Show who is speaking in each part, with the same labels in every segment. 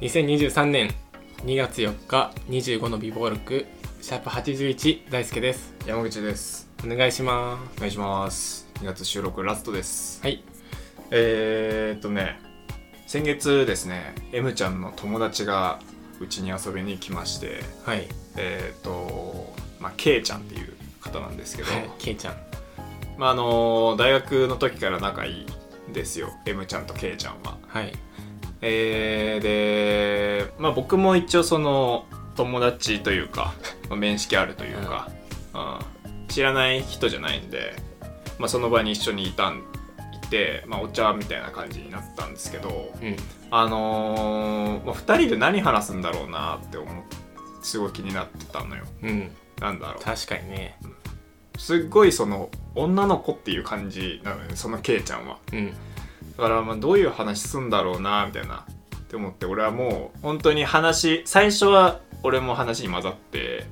Speaker 1: 2023年2月4日25の美貌録シャープ81大輔です
Speaker 2: 山口です
Speaker 1: お願いしま
Speaker 2: お願いします2月収録ラストです
Speaker 1: すはい
Speaker 2: えー、っとね先月ですね M ちゃんの友達がうちに遊びに来まして
Speaker 1: はい
Speaker 2: えー、っとまあ K ちゃんっていう方なんですけど、
Speaker 1: はいけいちゃん
Speaker 2: まああの大学の時から仲いいんですよ M ちゃんと K ちゃんは
Speaker 1: はい
Speaker 2: えー、で、まあ、僕も一応その友達というかまあ面識あるというか、うん知らない人じゃないんで、まあ、その場に一緒にいたんいて、まあ、お茶みたいな感じになったんですけど
Speaker 1: うん
Speaker 2: あのーまあ、2人で何話すんだろうなって思ってすごい気になってたのよ
Speaker 1: うん
Speaker 2: なんだろ
Speaker 1: 確かにね
Speaker 2: うすっごいその女の子っていう感じなのよねそのケイちゃんは
Speaker 1: うん
Speaker 2: だからまあどういう話すんだろうなみたいなって思って俺はもう本当に話最初は俺も話に混ざって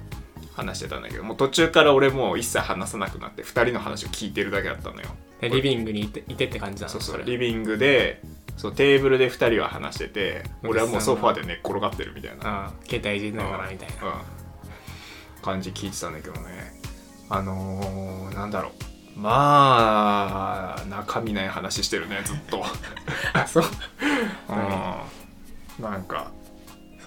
Speaker 2: 話してたんだけどもう途中から俺もう一切話さなくなって2人の話を聞いてるだけだったのよ
Speaker 1: でリビングにいていてって感じなの
Speaker 2: そうそう
Speaker 1: れ
Speaker 2: リビングでそうテーブルで2人は話してて俺はもうソファーで寝っ転がってるみたいな
Speaker 1: ああ携帯いじりながらみたいな
Speaker 2: うん感じ聞いてたんだけどねあのー、なんだろうまあ中身ない話してるねずっ とあそう、うん、なんか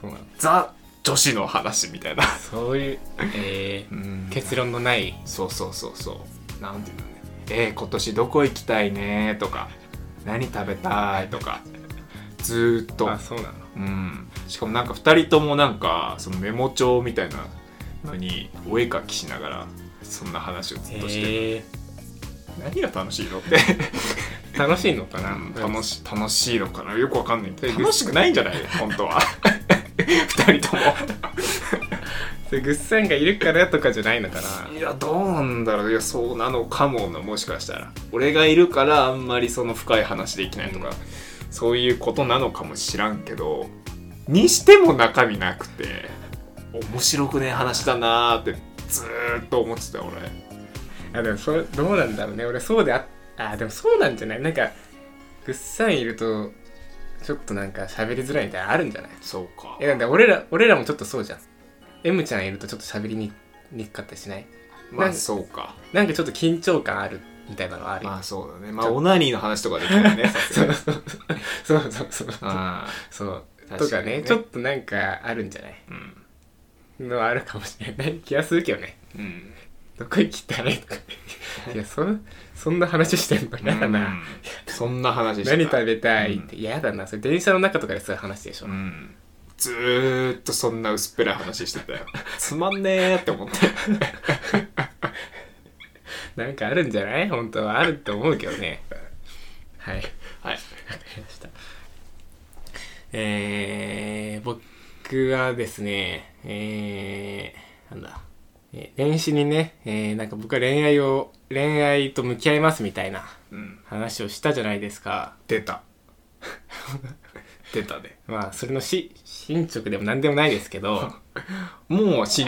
Speaker 1: そうなの
Speaker 2: ザ女子の話みたいな、
Speaker 1: そういうえー
Speaker 2: ん
Speaker 1: 結論のない
Speaker 2: そうそうそうそうなんていうのねえー、今年どこ行きたいねとか何食べたいとかずーっと
Speaker 1: あそうなの
Speaker 2: うん、しかもなんか2人ともなんかそのメモ帳みたいなのにお絵描きしながらそんな話をずっとして、
Speaker 1: へえ
Speaker 2: 何が楽しいのって、
Speaker 1: 楽しいのかな
Speaker 2: うん楽
Speaker 1: し
Speaker 2: し楽しいのかなよくわかんない
Speaker 1: そういう
Speaker 2: 楽しくないんじゃない本当 は2人とも
Speaker 1: いグッサンがいるからとかじゃないのかない
Speaker 2: やどうなんだろういやそうなのかもなもしかしたら俺がいるからあんまりその深い話できないとか、
Speaker 1: うん
Speaker 2: そういうことなのかもしらんけどにしても中身なくて面白くねえ話だなーってずーっと思ってた俺
Speaker 1: あでもそれどうなんだろうね俺そうでああでもそうなんじゃないなんかぐっさんいるとちょっとなんか喋りづらいみたいなのあるんじゃない
Speaker 2: そうか
Speaker 1: えなんで俺ら俺らもちょっとそうじゃん M ちゃんいるとちょっと喋りににくかったりしない
Speaker 2: ま
Speaker 1: な
Speaker 2: あ
Speaker 1: ん
Speaker 2: そうか
Speaker 1: なんかちょっと緊張感あるみたいなのはあるよ、
Speaker 2: まあそうだねまあオナニーの話とかできないねさすがに
Speaker 1: そうそうそうそう
Speaker 2: あ
Speaker 1: そう
Speaker 2: 確かにね
Speaker 1: とかねちょっとなんかあるんじゃない
Speaker 2: ーうん
Speaker 1: のはあるかもしれない気がするけどね
Speaker 2: うん
Speaker 1: どこ行きたいとかいやそそんな話してんの嫌だな、
Speaker 2: うんそんな話してた
Speaker 1: 何食べたいっ
Speaker 2: うん
Speaker 1: て嫌だなそれ電車の中とかでそういう話でしょ、
Speaker 2: うんずーっとそんな薄っぺらい話してたよ つまんねーって思って
Speaker 1: なんかあるんじゃない本当はあると思うけどね はいわか
Speaker 2: はい
Speaker 1: りましたえー、僕はですねえー、なんだえー年始にね、えー、なんか僕は恋愛を恋愛と向き合いますみたいな
Speaker 2: うん
Speaker 1: 話をしたじゃないですか
Speaker 2: 出た出たね
Speaker 1: まあそれのし進捗でも何でもないですけど
Speaker 2: もう慎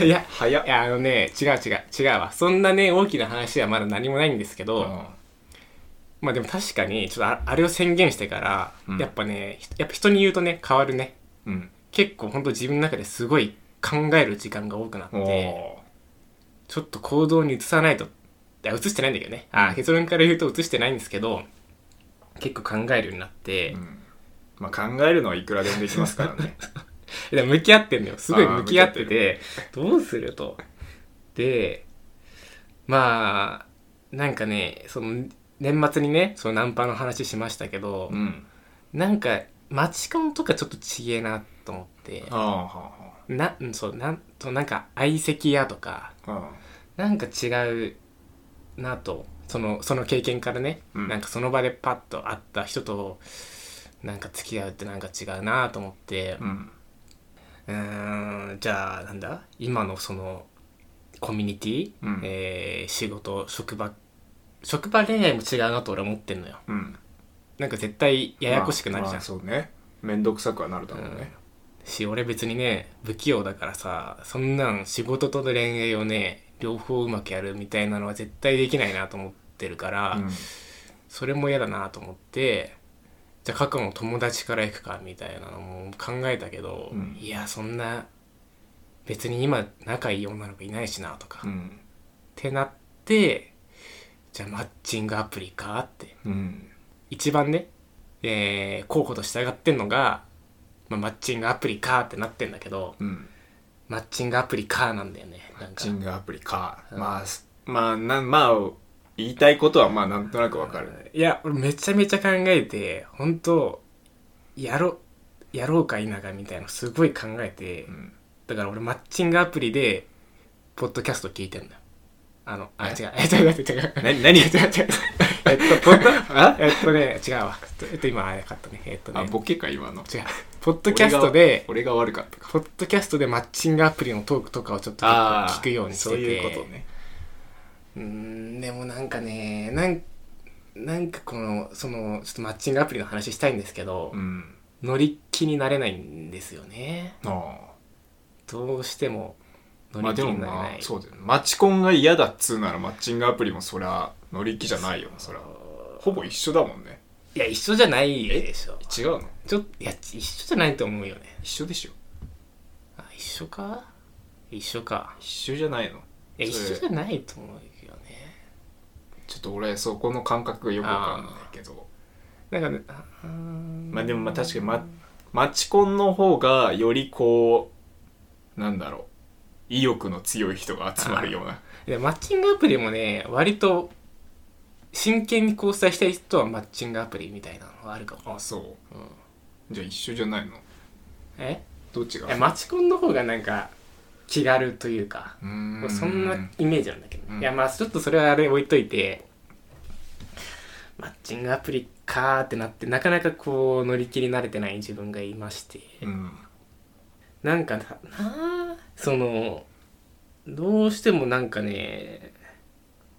Speaker 2: 重
Speaker 1: いや
Speaker 2: 早っ
Speaker 1: いやあのね違う違う違うわそんなね大きな話はまだ何もないんですけど、まあでも確かにちょっとああれを宣言してから、
Speaker 2: うん
Speaker 1: やっぱねひやっぱ人に言うとね変わるね
Speaker 2: うん
Speaker 1: 結構ほんと自分の中ですごい考える時間が多くなっ
Speaker 2: お
Speaker 1: てちょっと行動に移さないといや移してないんだけどねあー結論から言うと移してないんですけど結構考えるようになって
Speaker 2: ー、うんまあ考えるのはいくらでもできますから ね
Speaker 1: いや向き合ってんのよすごい
Speaker 2: あー
Speaker 1: 向き合ってて
Speaker 2: 向き合
Speaker 1: どうするとでまあなんかねその年末にねそのナンパの話しましたけど、
Speaker 2: うん
Speaker 1: なんかマチコンとかちょっとちげえなと思って
Speaker 2: ああは
Speaker 1: なうんそうなんとなんか相席屋とか
Speaker 2: あはあ
Speaker 1: なんか違うなとそのその経験からね、
Speaker 2: うん
Speaker 1: なんかその場でパッと会った人となんか付き合うってなんか違うなと思って、
Speaker 2: うん
Speaker 1: うーんじゃあなんだ今のそのコミュニティ、
Speaker 2: うん
Speaker 1: えー仕事職場職場恋愛も違うなと俺は思ってんのよ
Speaker 2: うん
Speaker 1: なんか絶対ややこしくなるじゃん、
Speaker 2: まあまあそうね面倒くさくはなるだろうね
Speaker 1: し俺別にね不器用だからさそんなん仕事と恋愛をね両方うまくやるみたいなのは絶対できないなと思ってるから、
Speaker 2: うん
Speaker 1: それも嫌だなと思ってじゃあ過去の友達から行くかみたいなのも考えたけど、
Speaker 2: うん
Speaker 1: いやそんな別に今仲いい女の子いないしなとか、
Speaker 2: う
Speaker 1: っ
Speaker 2: ん
Speaker 1: てなってじゃあマッチングアプリかって
Speaker 2: うん
Speaker 1: 一番ね、えー候補と従ってんのが、まあ、マッチングアプリかってなってんだけど
Speaker 2: うん
Speaker 1: マッチングアプリかなんだよね
Speaker 2: マ
Speaker 1: な
Speaker 2: ッ
Speaker 1: んか
Speaker 2: チングアプリか、
Speaker 1: うん
Speaker 2: まあすまあなんまあ言いたいことはまあなんとなくわかる、
Speaker 1: いや俺めちゃめちゃ考えて本当やろやろうか否かみたいなのすごい考えて、
Speaker 2: うん
Speaker 1: だから俺マッチングアプリでポッドキャスト聞いてんだよあのあ
Speaker 2: え
Speaker 1: 違うえ違う違う違う
Speaker 2: 何何
Speaker 1: 違う違う違う
Speaker 2: えっとポッドあ
Speaker 1: えっとね違うわえっと今あれかったねえっとね
Speaker 2: あボケか今の
Speaker 1: 違うポッドキャストで
Speaker 2: 俺が俺が悪かったか
Speaker 1: ポッドキャストでマッチングアプリのトークとかをちょっと
Speaker 2: ああ
Speaker 1: 聞くようにしてて
Speaker 2: そういうことね
Speaker 1: うーんでもなんかねなんなんかこのそのちょっとマッチングアプリの話したいんですけど、
Speaker 2: うん
Speaker 1: 乗り気になれないんですよね
Speaker 2: あ
Speaker 1: どうしても
Speaker 2: あ
Speaker 1: 乗
Speaker 2: まあ
Speaker 1: り気
Speaker 2: でも
Speaker 1: になれない、
Speaker 2: まあそうだよねマチコンが嫌だっつうならマッチングアプリもそりゃ乗り気じゃないよそりゃほぼ一緒だもんね
Speaker 1: いや一緒じゃないでしょ
Speaker 2: 違うの
Speaker 1: ちょっといや一緒じゃないと思うよね
Speaker 2: 一緒でしょ
Speaker 1: あ一緒か一緒か
Speaker 2: 一緒じゃないの
Speaker 1: いや一
Speaker 2: それ
Speaker 1: 緒じゃないと思うけどね
Speaker 2: ちょっと俺そこの感覚がよくわかんないけど
Speaker 1: なんかねあうーん
Speaker 2: まあでもまあ確かにママチコンの方がよりこうなんだろう意欲の強い人が集まるようない
Speaker 1: やマッチングアプリもね割と真剣に交際したい人はマッチングアプリみたいなのがあるかも、
Speaker 2: あそう
Speaker 1: ん、
Speaker 2: じゃあ一緒じゃないの
Speaker 1: え
Speaker 2: どっち
Speaker 1: いや
Speaker 2: が
Speaker 1: マチコンの方がなんか気軽というか
Speaker 2: うーん
Speaker 1: そんなイメージなんだけど、
Speaker 2: うん
Speaker 1: いやまあちょっとそれはあれ置いといてマッチングアプリかーってなってなかなかこう乗り切り慣れてない自分がいまして、
Speaker 2: うん
Speaker 1: なんかななあそのどうしてもなんかね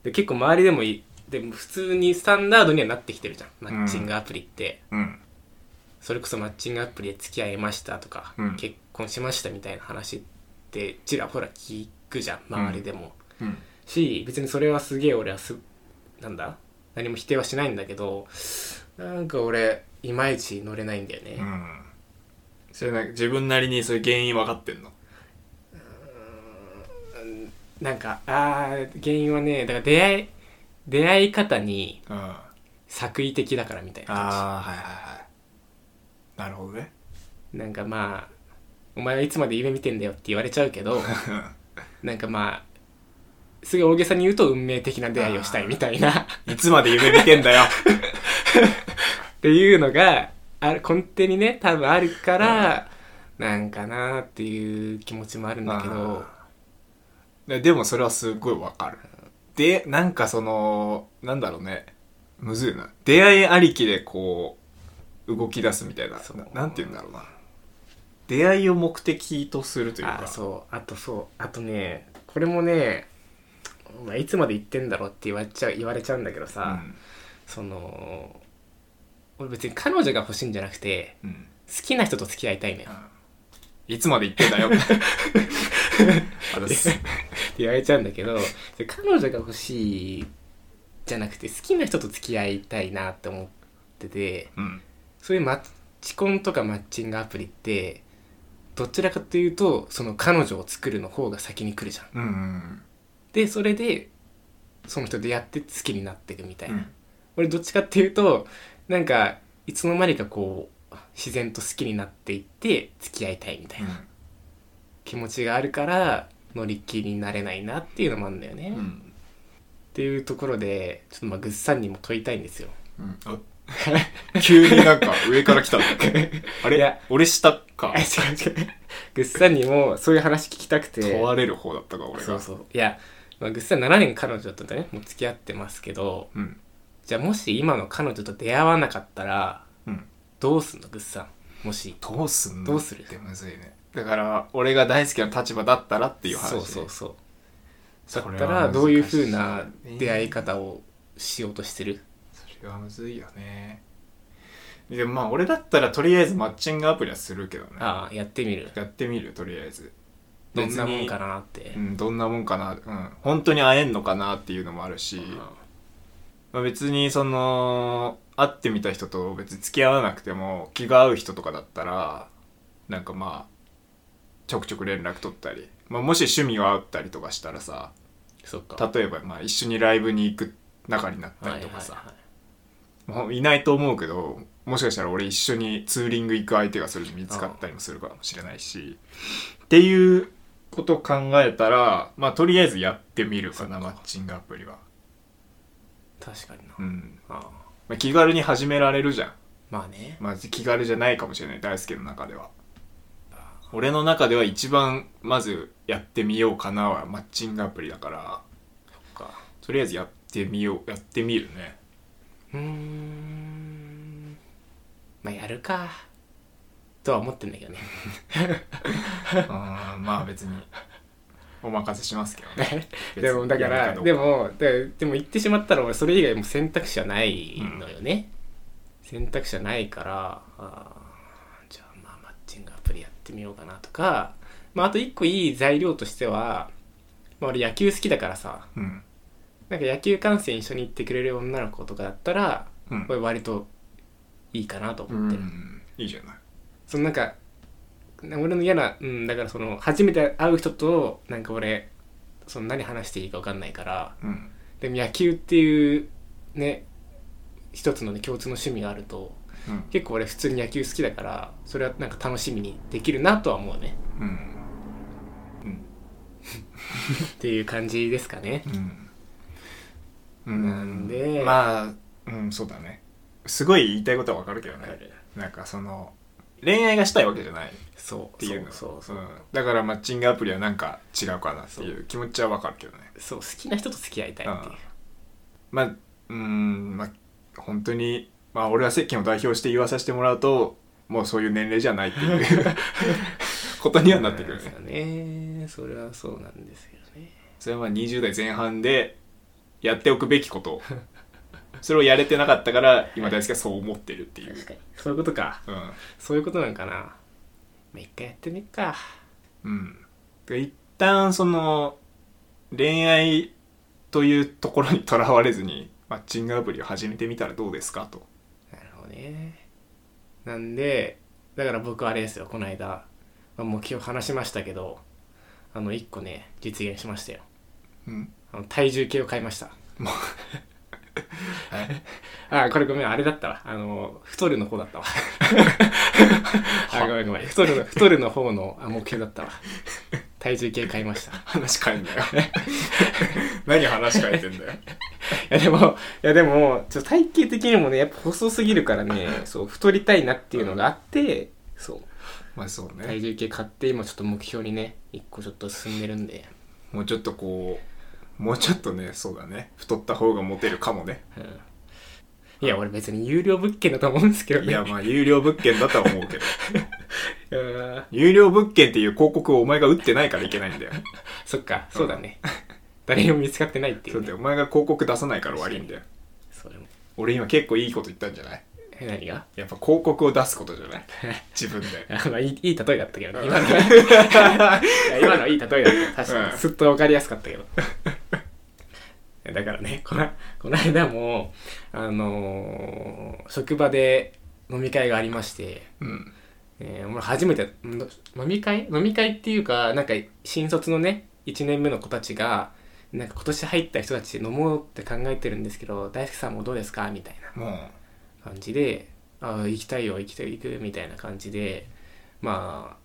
Speaker 1: で結構周りでもいでも普通にスタンダードにはなってきてるじゃんマッチングアプリって、
Speaker 2: うん
Speaker 1: それこそマッチングアプリで付き合いましたとか、
Speaker 2: うん
Speaker 1: 結婚しましたみたいな話ってちらほら聞くじゃん周りでも、
Speaker 2: うん
Speaker 1: し別にそれはすげえ俺はすなんだ何も否定はしないんだけどなんか俺いまいち乗れないんだよね、
Speaker 2: うんそれなんか自分なりにそういう原因分かってんの
Speaker 1: なんかあー原因はねだから出会い出会い方に
Speaker 2: うんあ
Speaker 1: 作為的だからみたいな感
Speaker 2: あはいはいはいなるほどね
Speaker 1: じなんかまあお前はいつまで夢見てんだよって言われちゃうけ どなんかまあすごい大げさに言うと運命的な出会いをしたいみたいなっ
Speaker 2: いつまで夢見てんだ よ
Speaker 1: ていうのがある根底にね多分あるからなんかなっていう気持ちもあるんだけど
Speaker 2: ででもそれはすごい分かるでなんかそのなんだろうねむずいな出会いありきでこう動き出すみたいな
Speaker 1: そう
Speaker 2: ななんて言うんだろうな出会いを目的とするというか
Speaker 1: あそうあとそうあとねこれもねお前いつまで言ってんだろうって言われちゃう言われちゃうんだけどさ、
Speaker 2: うん
Speaker 1: その俺別に彼女が欲しいんじゃなくて
Speaker 2: うん
Speaker 1: 好きな人と付き合いたいのよ
Speaker 2: いつまで言ってん だよあです
Speaker 1: って言われちゃうんだけどで彼女が欲しいじゃなくて好きな人と付き合いたいなって思ってて
Speaker 2: うん
Speaker 1: そういうマッチコンとかマッチングアプリってどちらかというとその彼女を作るの方が先に来るじゃん。
Speaker 2: うんうん
Speaker 1: でそれでその人でやって好きになっていくみたいうな。
Speaker 2: ん
Speaker 1: 俺どっちかっていうとなんかいつの間にかこう自然と好きになっていって付き合いたいみたいな気持ちがあるから乗り気になれないなっていうのもあるんだよね、
Speaker 2: う
Speaker 1: っ
Speaker 2: ん
Speaker 1: ていうところでちょっとまあぐっさんにも問いたいんですよ
Speaker 2: うん あ急になんか上から 来たんだあ
Speaker 1: い
Speaker 2: れ
Speaker 1: や
Speaker 2: 俺下か
Speaker 1: あ違う違う ぐっさんにもそういう話聞きたくて
Speaker 2: 問われる方だったか俺が
Speaker 1: そうそういや、まあ、ぐっさん7年彼女とねもう付き合ってますけど
Speaker 2: うん
Speaker 1: じゃあもし今の彼女と出会わなかったら
Speaker 2: うん
Speaker 1: どうすんのぐっさんもし
Speaker 2: どうすんの
Speaker 1: どうする
Speaker 2: ってむずいねだから俺が大好きな立場だったらっていう話
Speaker 1: そうそうそうだ
Speaker 2: そ
Speaker 1: っ
Speaker 2: れ
Speaker 1: た
Speaker 2: は
Speaker 1: ら
Speaker 2: 難しい
Speaker 1: どういうふうな出会い方をしようとしてる、
Speaker 2: それはむずいよねでもまあ俺だったらとりあえずマッチングアプリはするけどね
Speaker 1: ああやってみる
Speaker 2: やってみるとりあえず
Speaker 1: どんなもんか
Speaker 2: な
Speaker 1: なって
Speaker 2: う、んどんなもんかなうん本当に会えんのかなっていうのもあるし
Speaker 1: うん
Speaker 2: まあ、別にその会ってみた人と別に付き合わなくても気が合う人とかだったらなんかまあちょくちょく連絡取ったり、まあ、もし趣味が合ったりとかしたらさ
Speaker 1: そっか
Speaker 2: 例えばまあ一緒にライブに行く仲になったりとかさ、
Speaker 1: はいはいはい
Speaker 2: もういないと思うけどもしかしたら俺一緒にツーリング行く相手がそれで見つかったりもするかもしれないしっていうことを考えたらまあとりあえずやってみるかな
Speaker 1: そ
Speaker 2: マ
Speaker 1: っか
Speaker 2: ッチングアプリは、
Speaker 1: 確かにな
Speaker 2: うん
Speaker 1: ああ
Speaker 2: まあ、気軽に始められるじゃん、
Speaker 1: まあね
Speaker 2: まあ、気軽じゃないかもしれない大輔の中では俺の中では一番まずやってみようかなはマッチングアプリだから
Speaker 1: そっか
Speaker 2: とりあえずやってみようやってみるね
Speaker 1: うーんまあやるかとは思ってんだけどね
Speaker 2: あーまあ別にお任せしますけどね
Speaker 1: でもだからでもだからでも言ってしまったら俺それ以外もう選択肢はないのよね、選択肢はないからあーじゃあまあマッチングアプリやってみようかなとか、まあ、あと一個いい材料としては、まあ、俺野球好きだからさ
Speaker 2: うん
Speaker 1: なんか野球観戦一緒に行ってくれる女の子とかだったら
Speaker 2: うん
Speaker 1: 俺割といいかなと
Speaker 2: う
Speaker 1: 思ってる、
Speaker 2: んいいじゃない
Speaker 1: そのなんか俺の嫌な、うん、だからその初めて会う人となんか俺その何話していいか分かんないから
Speaker 2: うん
Speaker 1: でも野球っていうね一つのね共通の趣味があると
Speaker 2: うん
Speaker 1: 結構俺普通に野球好きだからそれはなんか楽しみにできるなとは思うね
Speaker 2: うん
Speaker 1: っていう感じですかね
Speaker 2: うんう
Speaker 1: なんで
Speaker 2: まあうんそうだねすごい言いたいことはわかるけど
Speaker 1: わか
Speaker 2: ね
Speaker 1: る
Speaker 2: なんかその恋愛がしたいわけじゃないっ
Speaker 1: そう
Speaker 2: ていうの
Speaker 1: そうそうそう,、
Speaker 2: んだからマッチングアプリはなんか違うかなっていう気持ちはわかるけどね
Speaker 1: そう好きな人と付き合いたいっていう
Speaker 2: まあうんまあ本当にまあ俺は世間を代表して言わさせてもらうともうそういう年齢じゃないっていう ことにはなってくるね
Speaker 1: そうねそれはそうなんですよね
Speaker 2: それはまあ20代前半でやっておくべきことそれをやれてなかったから今大輔はそう思ってるっていう、
Speaker 1: 確かにそういうことか
Speaker 2: うん
Speaker 1: そういうことなんかなまあ一回やってみっか
Speaker 2: うん、で一旦その恋愛というところにとらわれずにマッチングアプリを始めてみたらどうですかと
Speaker 1: なるほどねなんでだから僕あれですよこの間、まあ、目標話しましたけどあの1個ね実現しましたよ
Speaker 2: うん
Speaker 1: あの体重計を買いました
Speaker 2: もう
Speaker 1: あこれごめんあれだったわあの太るの方だったわあごめんごめん太るの太るの方のあ目標だったわ体重計買いましたい
Speaker 2: 話変えんだよ 何話変えてんだよ
Speaker 1: やでもいやでもちょっと体型的にもねやっぱ細すぎるからねそう太りたいなっていうのがあって、そう
Speaker 2: まあそうね、
Speaker 1: 体重計買って今ちょっと目標にね一個ちょっと進んでるんで、
Speaker 2: もうちょっとこうもうちょっとねそうだね太った方がモテるかもね
Speaker 1: うんいや俺別に有料物件だと思うんですけどね
Speaker 2: いやまあ有料物件だとは思うけど
Speaker 1: うん
Speaker 2: 有料物件っていう広告をお前が打ってないからいけないんだよ
Speaker 1: そっかそうだね、 誰にも見つかってないってい,、
Speaker 2: そうう
Speaker 1: ね、
Speaker 2: だよお前が広告出さないから悪いんだよ
Speaker 1: それも
Speaker 2: 俺今結構いいこと言ったんじゃない
Speaker 1: え何が
Speaker 2: やっぱ広告を出すことじゃない 自分で
Speaker 1: あまあいいいい例えだったけど、ね、
Speaker 2: うん
Speaker 1: 今のいや今のはいい 例えだった確か
Speaker 2: う
Speaker 1: に
Speaker 2: ん
Speaker 1: すっと分かりやすかったけど だからねこのこの間もあのー職場で飲み会がありまして
Speaker 2: うん
Speaker 1: えー、俺初めてん飲み会飲み会っていうかなんか新卒のね1年目の子たちがなんか今年入った人たちで飲もうって考えてるんですけど大輔さんもどうですかみたいな
Speaker 2: も
Speaker 1: 感じで「あー行きたいよ行きたい行く」みたいな感じでまあ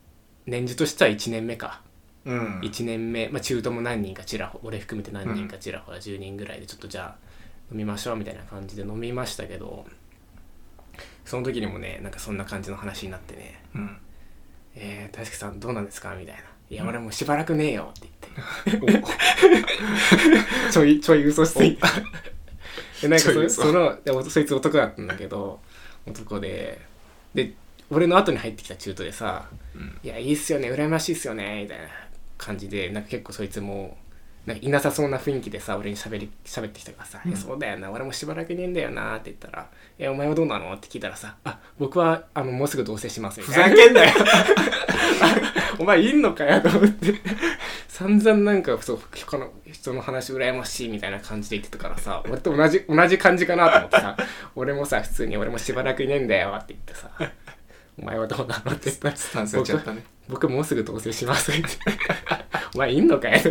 Speaker 1: 年次としては1年目か、
Speaker 2: ううん
Speaker 1: 1年目、まあ、中途も何人かちらほ俺含めて何人かちらほら10人ぐらいでちょっとじゃあ飲みましょうみたいな感じで飲みましたけどその時にもねなんかそんな感じの話になってね
Speaker 2: うん
Speaker 1: えー、大輔さんどうなんですかみたいな。いや、俺もうしばらくねえよって言って。 ちょい、ちょい嘘しすぎた。でなんか
Speaker 2: ちょい
Speaker 1: そ
Speaker 2: 嘘
Speaker 1: そので、おそいつ男だったんだけど、男で、で、俺の後に入ってきた中途でさ、
Speaker 2: うん
Speaker 1: いや、いいっすよね、羨ましいっすよね、みたいな感じで、なんか結構そいつも、なんかいなさそうな雰囲気でさ、俺に喋り、喋ってきたからさ、
Speaker 2: うん
Speaker 1: いや、そうだよな、俺もしばらくねえんだよなって言ったら、え、お前はどうなのって聞いたらさ、あ、僕は、あの、もうすぐ同棲しますみ
Speaker 2: ふ
Speaker 1: たいな
Speaker 2: ざけんなよ
Speaker 1: お前いんのかよと思って 散々なんかそう他の人の話羨ましいみたいな感じで言ってたからさ俺と同じ同じ感じかなと思ってさ俺もさ普通に俺もしばらくいねえんだよって言ってさ「お前はどうなの?」って言ったら
Speaker 2: スタンスやっちゃったね
Speaker 1: 僕もうすぐ同棲しますって お前いんのかい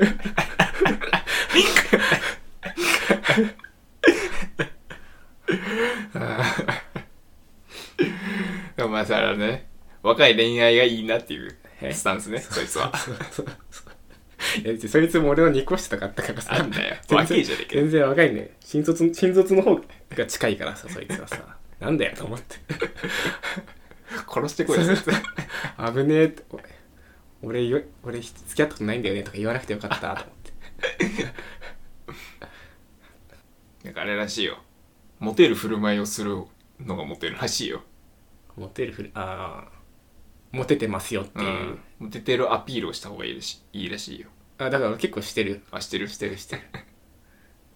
Speaker 2: でもまあさらね若い恋愛がいいなっていう
Speaker 1: え
Speaker 2: スタンスねそいつ は
Speaker 1: そうそうそういや別にそいつも俺を2個下かったからさ
Speaker 2: なんだよ
Speaker 1: 全然
Speaker 2: 若いじゃねえか
Speaker 1: 全然若いね新卒新卒の方が近いからさそいつはさなんだよと思って
Speaker 2: 殺してこいよそいつ
Speaker 1: 危ねえって俺俺よ俺付き合ったことないんだよねとか言わなくてよかったと思って
Speaker 2: なんかあれらしいよモテる振る舞いをするのがモテるらしいよ、
Speaker 1: モテるふりああモテてますよって
Speaker 2: う
Speaker 1: いう、
Speaker 2: ん、モテてるアピールをした方がいいらしいいいらしいよ
Speaker 1: あだから俺結構してる
Speaker 2: あしてる
Speaker 1: してるしてる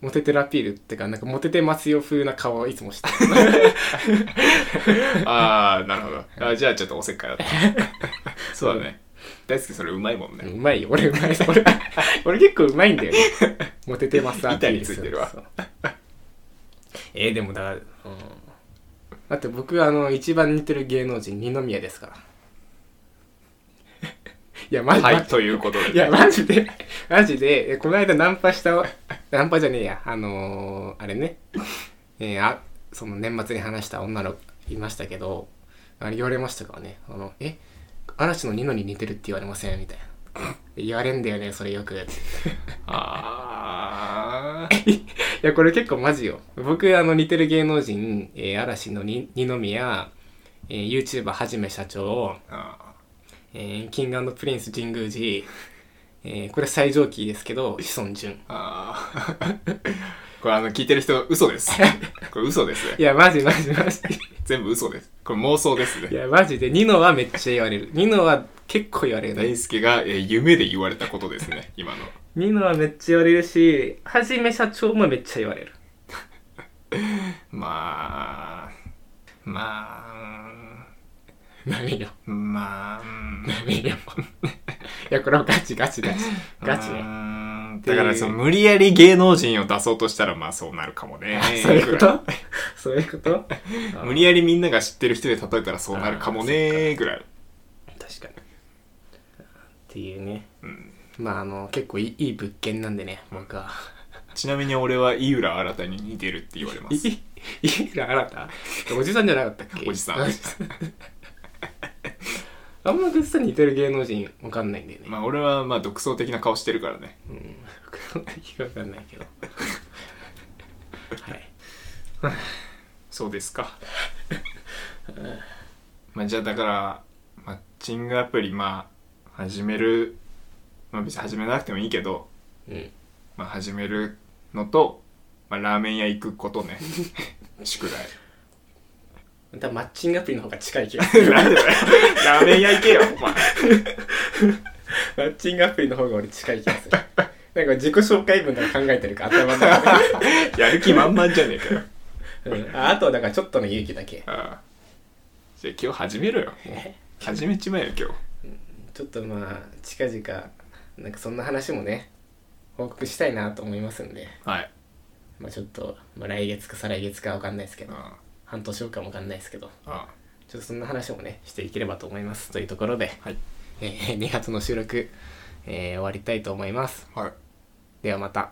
Speaker 1: モテてるアピールってかなんかモテてますよ風な顔をいつもしてる
Speaker 2: ああなるほどあじゃあちょっとおせっかい だったそうだね大好きそれうまいもんね
Speaker 1: うまいよ俺うまい俺俺結構うまいんだよねモテてますアピールす
Speaker 2: 板についてるわ
Speaker 1: そうえー、でもだから、うん、だって僕あの一番似てる芸能人二宮です からいやマジ、
Speaker 2: はいということで、
Speaker 1: いや、マジで、マジで、えこの間ナンパした、ナンパじゃねえや、あのーあれね、えーあ、その年末に話した女の子いましたけど、あれ言われましたからね、あの、え、嵐のニノに似てるって言われませんみたいな。 言われんだよね、それよく。い
Speaker 2: ああ
Speaker 1: や、これ結構マジよ。僕、あの、似てる芸能人、えー嵐のに二宮、えー、YouTuber はじめ社長、
Speaker 2: あ
Speaker 1: えー、キングプリンス神宮寺、えーこれ最上級ですけど、志尊淳。
Speaker 2: ーあー これあの聞いてる人 嘘ですこれ嘘です
Speaker 1: いや、マジマジマジ。
Speaker 2: 全部嘘ですこれ妄想です
Speaker 1: い
Speaker 2: ね
Speaker 1: や、マジで、ニノはめっちゃ言われる。ニノは結構言われるね。
Speaker 2: 大輔が、えー夢で言われたことですね今の
Speaker 1: ニノはめっちゃ言われるし、はじめ社長もめっちゃ言われる。
Speaker 2: まあま
Speaker 1: 何よ、
Speaker 2: あまあうん
Speaker 1: 何よ。いや、これはガチガチガチ。ガチ
Speaker 2: う
Speaker 1: ね。
Speaker 2: ーんだからその無理やり芸能人を出そうとしたらまあそうなるかもね。
Speaker 1: そういうことそういう こと
Speaker 2: 無理やりみんなが知ってる人で例えたらそうなるかもねぐらい。
Speaker 1: 確かに。っていうね。
Speaker 2: うん
Speaker 1: まあ、あの、結構いいいい物件なんでね、僕は。
Speaker 2: ちなみに俺は井浦新に似てるって言われま
Speaker 1: い
Speaker 2: す。
Speaker 1: い、いいな、あなた。おじさんじゃなかったっけ
Speaker 2: おじさん。
Speaker 1: あんまグッズに似てる芸能人わかんないんだよね。
Speaker 2: まあ俺はまあ独創的な顔してるからね。
Speaker 1: うん、わかんないけど。はい。
Speaker 2: そうで すか。まあじゃあだからマッチングアプリまあ始める、まあ別に始めなくてもいいけど、
Speaker 1: うん。
Speaker 2: まあ、始めるのと、まあ、ラーメン屋行くこ とね宿題
Speaker 1: またマッチングアプリの方が近い気がする。
Speaker 2: なんでだよラーメン屋行けよお前
Speaker 1: マッチングアプリの方が俺近い気が する。なんか自己紹介文とか考えてるから頭の中で
Speaker 2: やる気満々じゃねえかよ
Speaker 1: うんああとはだからちょっとの勇気だけ。
Speaker 2: ああじゃあ今日始めろよ始めちまえよ今日
Speaker 1: ちょっとまあ、近々、なんかそんな話もね、報告したいなと思いますんで、
Speaker 2: はい、
Speaker 1: まあちょっと、まあ来月か再来月かわかんないですけ
Speaker 2: う
Speaker 1: ど
Speaker 2: ん、あ
Speaker 1: 半年後かもわかんないですけど、
Speaker 2: あ
Speaker 1: ちょっとそんな話もね、していければと思います。というところで、
Speaker 2: はい
Speaker 1: えー2月の収録、えー終わりたいと思います。
Speaker 2: はい
Speaker 1: ではまた。